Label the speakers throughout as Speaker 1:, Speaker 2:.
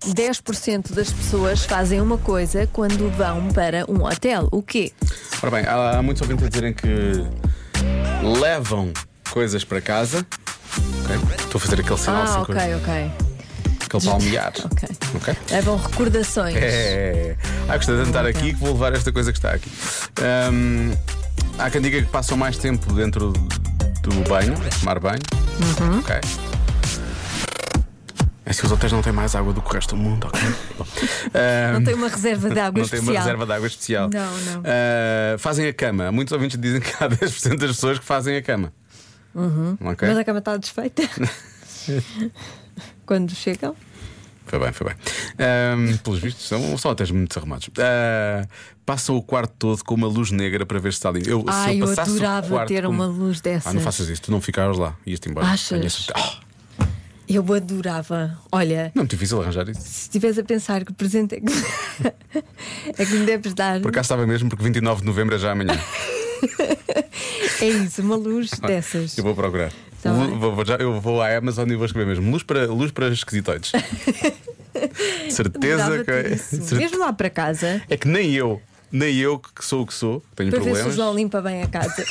Speaker 1: 10% das pessoas fazem uma coisa quando vão para um hotel. O quê?
Speaker 2: Ora bem, há, há muitos ouvintes a dizerem que levam coisas para casa. Ok? Estou a fazer aquele sinal
Speaker 1: Ah,
Speaker 2: assim,
Speaker 1: ok,
Speaker 2: com-
Speaker 1: ok.
Speaker 2: aquele palmear.
Speaker 1: Ok.
Speaker 2: Ok?
Speaker 1: Levam recordações.
Speaker 2: É. Ah, gostei de andar aqui que vou levar esta coisa que está aqui. Ahm, há quem diga que passam mais tempo dentro do banho, a tomar banho.
Speaker 1: Uhum.
Speaker 2: Ok. É se os hotéis não têm mais água do que o resto do mundo, ok? Bom. hum, Ahm,
Speaker 1: Não tem uma reserva de água
Speaker 2: não tem
Speaker 1: especial.
Speaker 2: uma reserva de água especial.
Speaker 1: Não, não.
Speaker 2: Ah, fazem a cama. Muitos ouvintes dizem que há 10% das pessoas que fazem a cama. Ok.
Speaker 1: Uhum. Mas é a cama está desfeita. quando chegam.
Speaker 2: Foi bem, foi bem. Ahm, pelos vistos, são, são hotéis muito desarrumados. Ah, passam o quarto todo com uma luz negra para ver se está limpo. Eu,
Speaker 1: Ai,
Speaker 2: se eu,
Speaker 1: eu
Speaker 2: passasse o
Speaker 1: adorava
Speaker 2: quarto
Speaker 1: ter
Speaker 2: com-
Speaker 1: uma luz
Speaker 2: Ah,
Speaker 1: dessas.
Speaker 2: não faças isso, tu não ficares lá, ias-te embora.
Speaker 1: Achas?
Speaker 2: Tenho essa- Ah,
Speaker 1: Eu adorava. Olha,
Speaker 2: não é muito difícil arranjar isso.
Speaker 1: se estivesse a pensar que presente é que, é que me deves dar,
Speaker 2: Por acaso estava mesmo, porque 29 de novembro é já amanhã.
Speaker 1: é isso, uma luz dessas.
Speaker 2: Eu vou procurar.
Speaker 1: Tá
Speaker 2: Lu-
Speaker 1: bem.
Speaker 2: vou- vou já- eu vou à Amazon e vou escrever mesmo. Luz para, luz para esquisitoides. Certeza
Speaker 1: Adorava
Speaker 2: que
Speaker 1: ter
Speaker 2: é.
Speaker 1: isso. Mesmo lá para casa,
Speaker 2: É que nem eu, nem eu que sou o que sou, que tenho
Speaker 1: para ver se o
Speaker 2: problemas.
Speaker 1: João limpa bem a casa.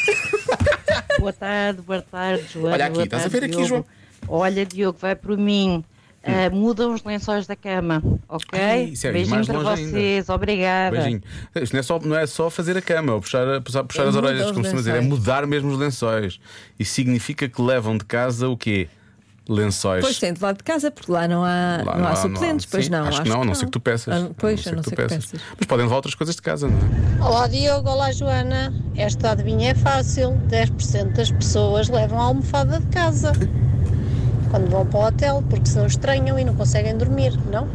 Speaker 3: Boa tarde, boa tarde, Joana.
Speaker 2: Olha aqui,
Speaker 3: boa
Speaker 2: estás a
Speaker 3: tarde,
Speaker 2: ver aqui,
Speaker 3: Diogo.
Speaker 2: João? Hum.
Speaker 3: Olha, Diogo, vai por mim. Ah, mudam os lençóis da cama, ok?
Speaker 2: Ai, isso é ir
Speaker 3: Beijinho
Speaker 2: mais
Speaker 3: para
Speaker 2: longe ainda.
Speaker 3: vocês, obrigada.
Speaker 2: Beijinho. Isto não é só, não é só fazer a cama ou puxar, a- puxar, puxar
Speaker 1: É
Speaker 2: as
Speaker 1: mudar
Speaker 2: orelhas,
Speaker 1: os
Speaker 2: como se dizer, é
Speaker 1: lençóis.
Speaker 2: mudar mesmo os lençóis. E significa que levam de casa o quê? Lençóis.
Speaker 1: Pois tem de lá de casa, porque lá não há,
Speaker 2: Lá
Speaker 1: não há suplentes, pois
Speaker 2: Sim,
Speaker 1: não.
Speaker 2: Acho, que não, a não ser que tu peças.
Speaker 1: Ah,
Speaker 2: A
Speaker 1: Pois, a não ser que peças.
Speaker 2: Mas podem levar outras coisas de casa, não é?
Speaker 4: Olá Diogo, olá Joana. Esta adivinha é fácil. 10% das pessoas levam a almofada de casa quando vão para o hotel, porque senão estranham e não conseguem dormir, não?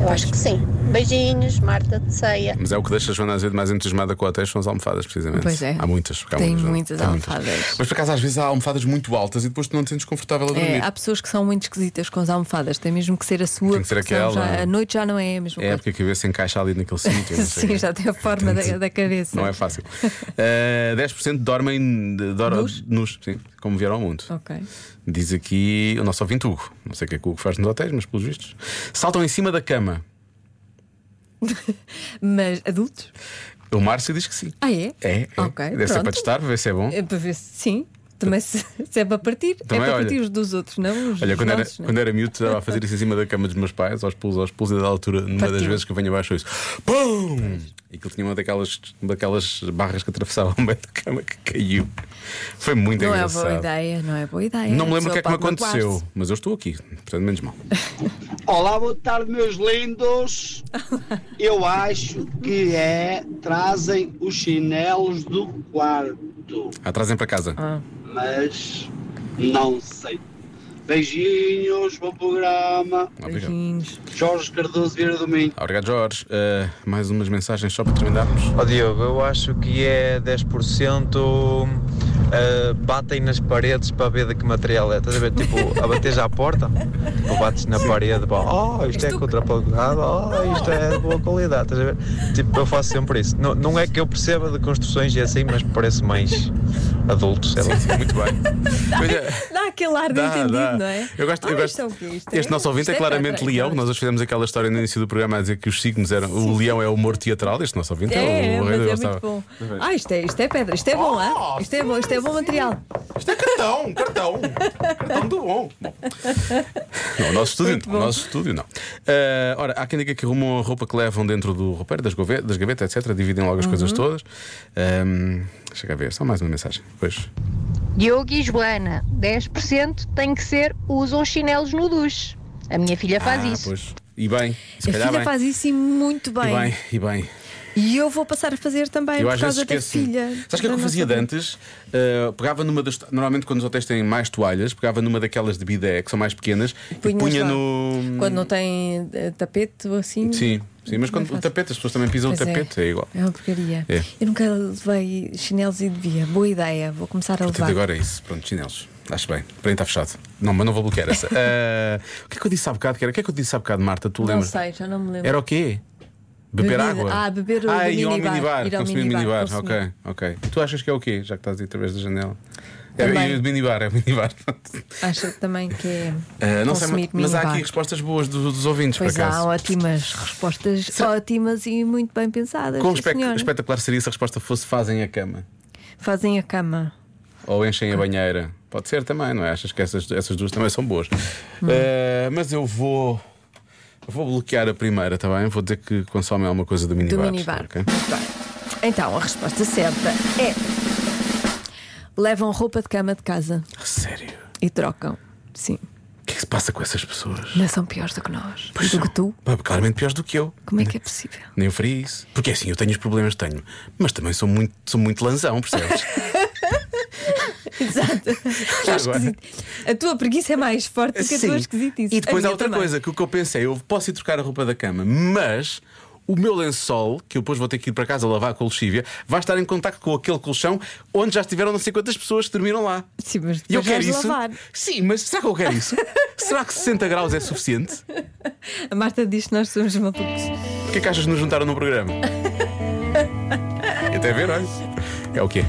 Speaker 4: Eu acho que sim. Beijinhos, Marta de Ceia.
Speaker 2: Mas é o que deixa a Joana às vezes mais entusiasmada com hotéis são as almofadas, precisamente.
Speaker 1: Pois é.
Speaker 2: Há muitas. porque Há
Speaker 1: Tem
Speaker 2: não é?
Speaker 1: muitas
Speaker 2: Há
Speaker 1: almofadas.
Speaker 2: Mas por acaso às vezes há almofadas muito altas e depois tu não te sentes confortável a dormir.
Speaker 1: É, há pessoas que são muito esquisitas com as almofadas, tem mesmo que ser a sua.
Speaker 2: Tem que ser
Speaker 1: porque senão
Speaker 2: aquela.
Speaker 1: já- a noite já não é a mesma
Speaker 2: É
Speaker 1: coisa.
Speaker 2: porque a cabeça encaixa ali naquele sítio. não sei.
Speaker 1: Sim, já tem a forma da, da cabeça.
Speaker 2: Não é fácil. Eh, 10% dormem de- dor-
Speaker 1: Nus?
Speaker 2: nus, sim, como vieram ao mundo.
Speaker 1: Ok.
Speaker 2: Diz aqui o nosso ouvinte Hugo. Não sei o que é que o Hugo faz nos hotéis, mas pelos vistos. Saltam em cima da cama.
Speaker 1: Mas adultos?
Speaker 2: O Márcio diz que sim.
Speaker 1: Ah, é?
Speaker 2: É, é.
Speaker 1: Ok,
Speaker 2: deve ser
Speaker 1: pronto.
Speaker 2: para testar, para ver se é bom.
Speaker 1: É para ver se sim. Também se, se é para partir,
Speaker 2: Também,
Speaker 1: é para
Speaker 2: olha.
Speaker 1: partir os dos outros, não os
Speaker 2: Olha,
Speaker 1: dos
Speaker 2: quando era,
Speaker 1: nossos, não é?
Speaker 2: quando era miúdo, estava a fazer isso em cima da cama dos meus pais, aos pulos, aos pulos, e da altura, numa das
Speaker 1: Partiu.
Speaker 2: vezes que eu venho abaixo, eu isso. Pum! E aquilo tinha uma daquelas, daquelas barras que atravessava o meio da cama que caiu. Foi muito
Speaker 1: Não é
Speaker 2: engraçado.
Speaker 1: boa ideia, não é boa ideia.
Speaker 2: Não me lembro
Speaker 1: A
Speaker 2: o que é que me
Speaker 1: pessoa pode
Speaker 2: aconteceu,
Speaker 1: magoar-se.
Speaker 2: mas eu estou aqui, portanto, menos mal.
Speaker 5: Olá, boa tarde, meus lindos. Eu acho que é trazem os chinelos do quarto,
Speaker 2: Ah, trazem para casa.
Speaker 5: mas não sei. Beijinhos, bom programa.
Speaker 2: Obrigado.
Speaker 1: Beijinhos.
Speaker 5: Jorge Cardoso Vieira Domingo.
Speaker 2: Obrigado, Jorge. Ah, mais umas mensagens só para terminarmos.
Speaker 6: Ó Diogo, eu acho que é 10% uh, batem nas paredes para ver de que material é. Estás a ver? Tipo, a bateres à porta, tipo, bates na parede, pá, oh, isto é contrapagado, oh, isto é de boa qualidade. Estás a ver? Tipo, eu faço sempre isso. Não, não é que eu perceba de construções e assim, mas parece mais adulto, sei lá.
Speaker 2: Muito bem. Olha,
Speaker 1: Dá aquele ar de
Speaker 2: dá,
Speaker 1: entendido,
Speaker 2: dá.
Speaker 1: não é?
Speaker 2: Eu gosto, eu
Speaker 1: Ah,
Speaker 2: gosto.
Speaker 1: isto é o quê? Isto
Speaker 2: este
Speaker 1: é-
Speaker 2: nosso ouvinte
Speaker 1: isto
Speaker 2: é claramente
Speaker 1: contra-
Speaker 2: leão. Nós hoje fizemos aquela história no início do programa a dizer que os signos eram. O leão é o humor teatral. Este nosso ouvinte
Speaker 1: É,
Speaker 2: é o
Speaker 1: mas
Speaker 2: rei da
Speaker 1: é
Speaker 2: nossa-
Speaker 1: muito bom. Ah, isto é, isto é pedra, isto é bom,
Speaker 2: Oh,
Speaker 1: ah, isto é bom, isto é bom material.
Speaker 2: Isto é cartão, cartão. cartão do bom. Bom. Não, o nosso estúdio,
Speaker 1: Muito
Speaker 2: não,
Speaker 1: bom.
Speaker 2: o nosso estúdio não. Ah, ora, há quem diga que arrumam a roupa que levam dentro do roupeiro, das, gove- das gavetas, etc. Dividem logo
Speaker 1: Uhum.
Speaker 2: as coisas todas. Ahm, chega a ver, só mais uma mensagem. Pois.
Speaker 7: Diogo e Joana, 10% tem que ser usam chinelos no duche. A minha filha faz
Speaker 2: Ah,
Speaker 7: isso.
Speaker 2: Pois. E bem, se
Speaker 1: A
Speaker 2: calhar
Speaker 1: filha
Speaker 2: bem.
Speaker 1: faz isso e muito
Speaker 2: E
Speaker 1: bem.
Speaker 2: bem, e bem.
Speaker 1: E eu vou passar a fazer também
Speaker 2: eu
Speaker 1: É por
Speaker 2: às vezes
Speaker 1: causa da
Speaker 2: esqueço.
Speaker 1: filha.
Speaker 2: Sabes o que é que eu
Speaker 1: da
Speaker 2: fazia de
Speaker 1: nossa-
Speaker 2: antes? Ah, pegava numa das. Normalmente, quando os hotéis têm mais toalhas, pegava numa daquelas de bidé, que são mais pequenas, e
Speaker 1: Punhas
Speaker 2: punha
Speaker 1: lá.
Speaker 2: no.
Speaker 1: Quando não tem eh, tapete ou assim.
Speaker 2: Sim, sim, mas quando o
Speaker 1: fácil.
Speaker 2: tapete, as pessoas também pisam
Speaker 1: Pois
Speaker 2: o tapete, é, igual.
Speaker 1: É uma porcaria.
Speaker 2: É.
Speaker 1: Eu nunca levei chinelos e devia. Boa ideia, vou começar a
Speaker 2: A partir
Speaker 1: levar.
Speaker 2: de agora é isso, pronto, chinelos. Acho bem, porém está fechado. Não, mas não vou bloquear essa. Ah, o que é que eu disse há bocado? que era? O que é que eu disse há bocado, Marta? Tu
Speaker 1: não
Speaker 2: lembras?
Speaker 1: sei, já não me lembro.
Speaker 2: Era o quê? Beber
Speaker 1: Bebida.
Speaker 2: água?
Speaker 1: Ah, beber o
Speaker 2: ah,
Speaker 1: do
Speaker 2: ir ao
Speaker 1: minibar,
Speaker 2: minibar.
Speaker 1: ir ao
Speaker 2: consumir
Speaker 1: minibar,
Speaker 2: minibar.
Speaker 1: consumir.
Speaker 2: Ok, ok. Tu achas que é o quê? Já que estás aí através da janela. É,
Speaker 1: Também.
Speaker 2: e o de minibar, é o minibar.
Speaker 1: Acho também que é.
Speaker 2: Ah, não sei, mas,
Speaker 1: consumir
Speaker 2: mas há
Speaker 1: minibar.
Speaker 2: aqui respostas boas do- dos ouvintes,
Speaker 1: Pois
Speaker 2: por
Speaker 1: há
Speaker 2: acaso.
Speaker 1: ótimas respostas,
Speaker 2: Será-
Speaker 1: ótimas e muito bem pensadas.
Speaker 2: Quão
Speaker 1: sim,
Speaker 2: espe-
Speaker 1: senhora.
Speaker 2: espetacular seria se a resposta fosse fazem a cama?
Speaker 1: Fazem a cama.
Speaker 2: Ou enchem a banheira? Pode ser também, não é? Achas que essas, essas duas também são boas.
Speaker 1: Hum.
Speaker 2: Ah, mas eu vou. eu Vou bloquear a primeira, tá bem? Vou dizer que consomem alguma coisa do minibar.
Speaker 1: do minibar.
Speaker 2: ok?
Speaker 1: Muito bem. Então, a resposta certa é. Levam roupa de cama de casa
Speaker 2: Sério?
Speaker 1: e trocam. Sim,
Speaker 2: O que é que se passa com essas pessoas?
Speaker 1: não são piores do que nós.
Speaker 2: Pois
Speaker 1: do
Speaker 2: são.
Speaker 1: que tu.
Speaker 2: Pá, Claramente piores do que eu.
Speaker 1: Como é que é possível?
Speaker 2: Nem faria isso. Porque assim, eu tenho os problemas que tenho, mas também sou muito, sou muito lanzão, percebes?
Speaker 1: Exato.
Speaker 2: Agora.
Speaker 1: Esquisito. A tua preguiça é mais forte do que a tua esquisitice.
Speaker 2: E
Speaker 1: A
Speaker 2: depois há
Speaker 1: minha
Speaker 2: outra
Speaker 1: também.
Speaker 2: coisa que o que eu pensei, eu posso ir trocar a roupa da cama, mas o meu lençol, que eu depois vou ter que ir para casa lavar com lexívia, vai estar em contacto com aquele colchão onde já estiveram não sei quantas pessoas que dormiram lá.
Speaker 1: Sim, mas
Speaker 2: E eu
Speaker 1: depois
Speaker 2: quero
Speaker 1: vais
Speaker 2: isso.
Speaker 1: lavar.
Speaker 2: Sim, mas será que eu quero isso? será que 60 graus é suficiente?
Speaker 1: A Marta diz que nós somos malucos.
Speaker 2: um Porquê que achas que nos juntaram no programa? Até ver, olha. É o quê?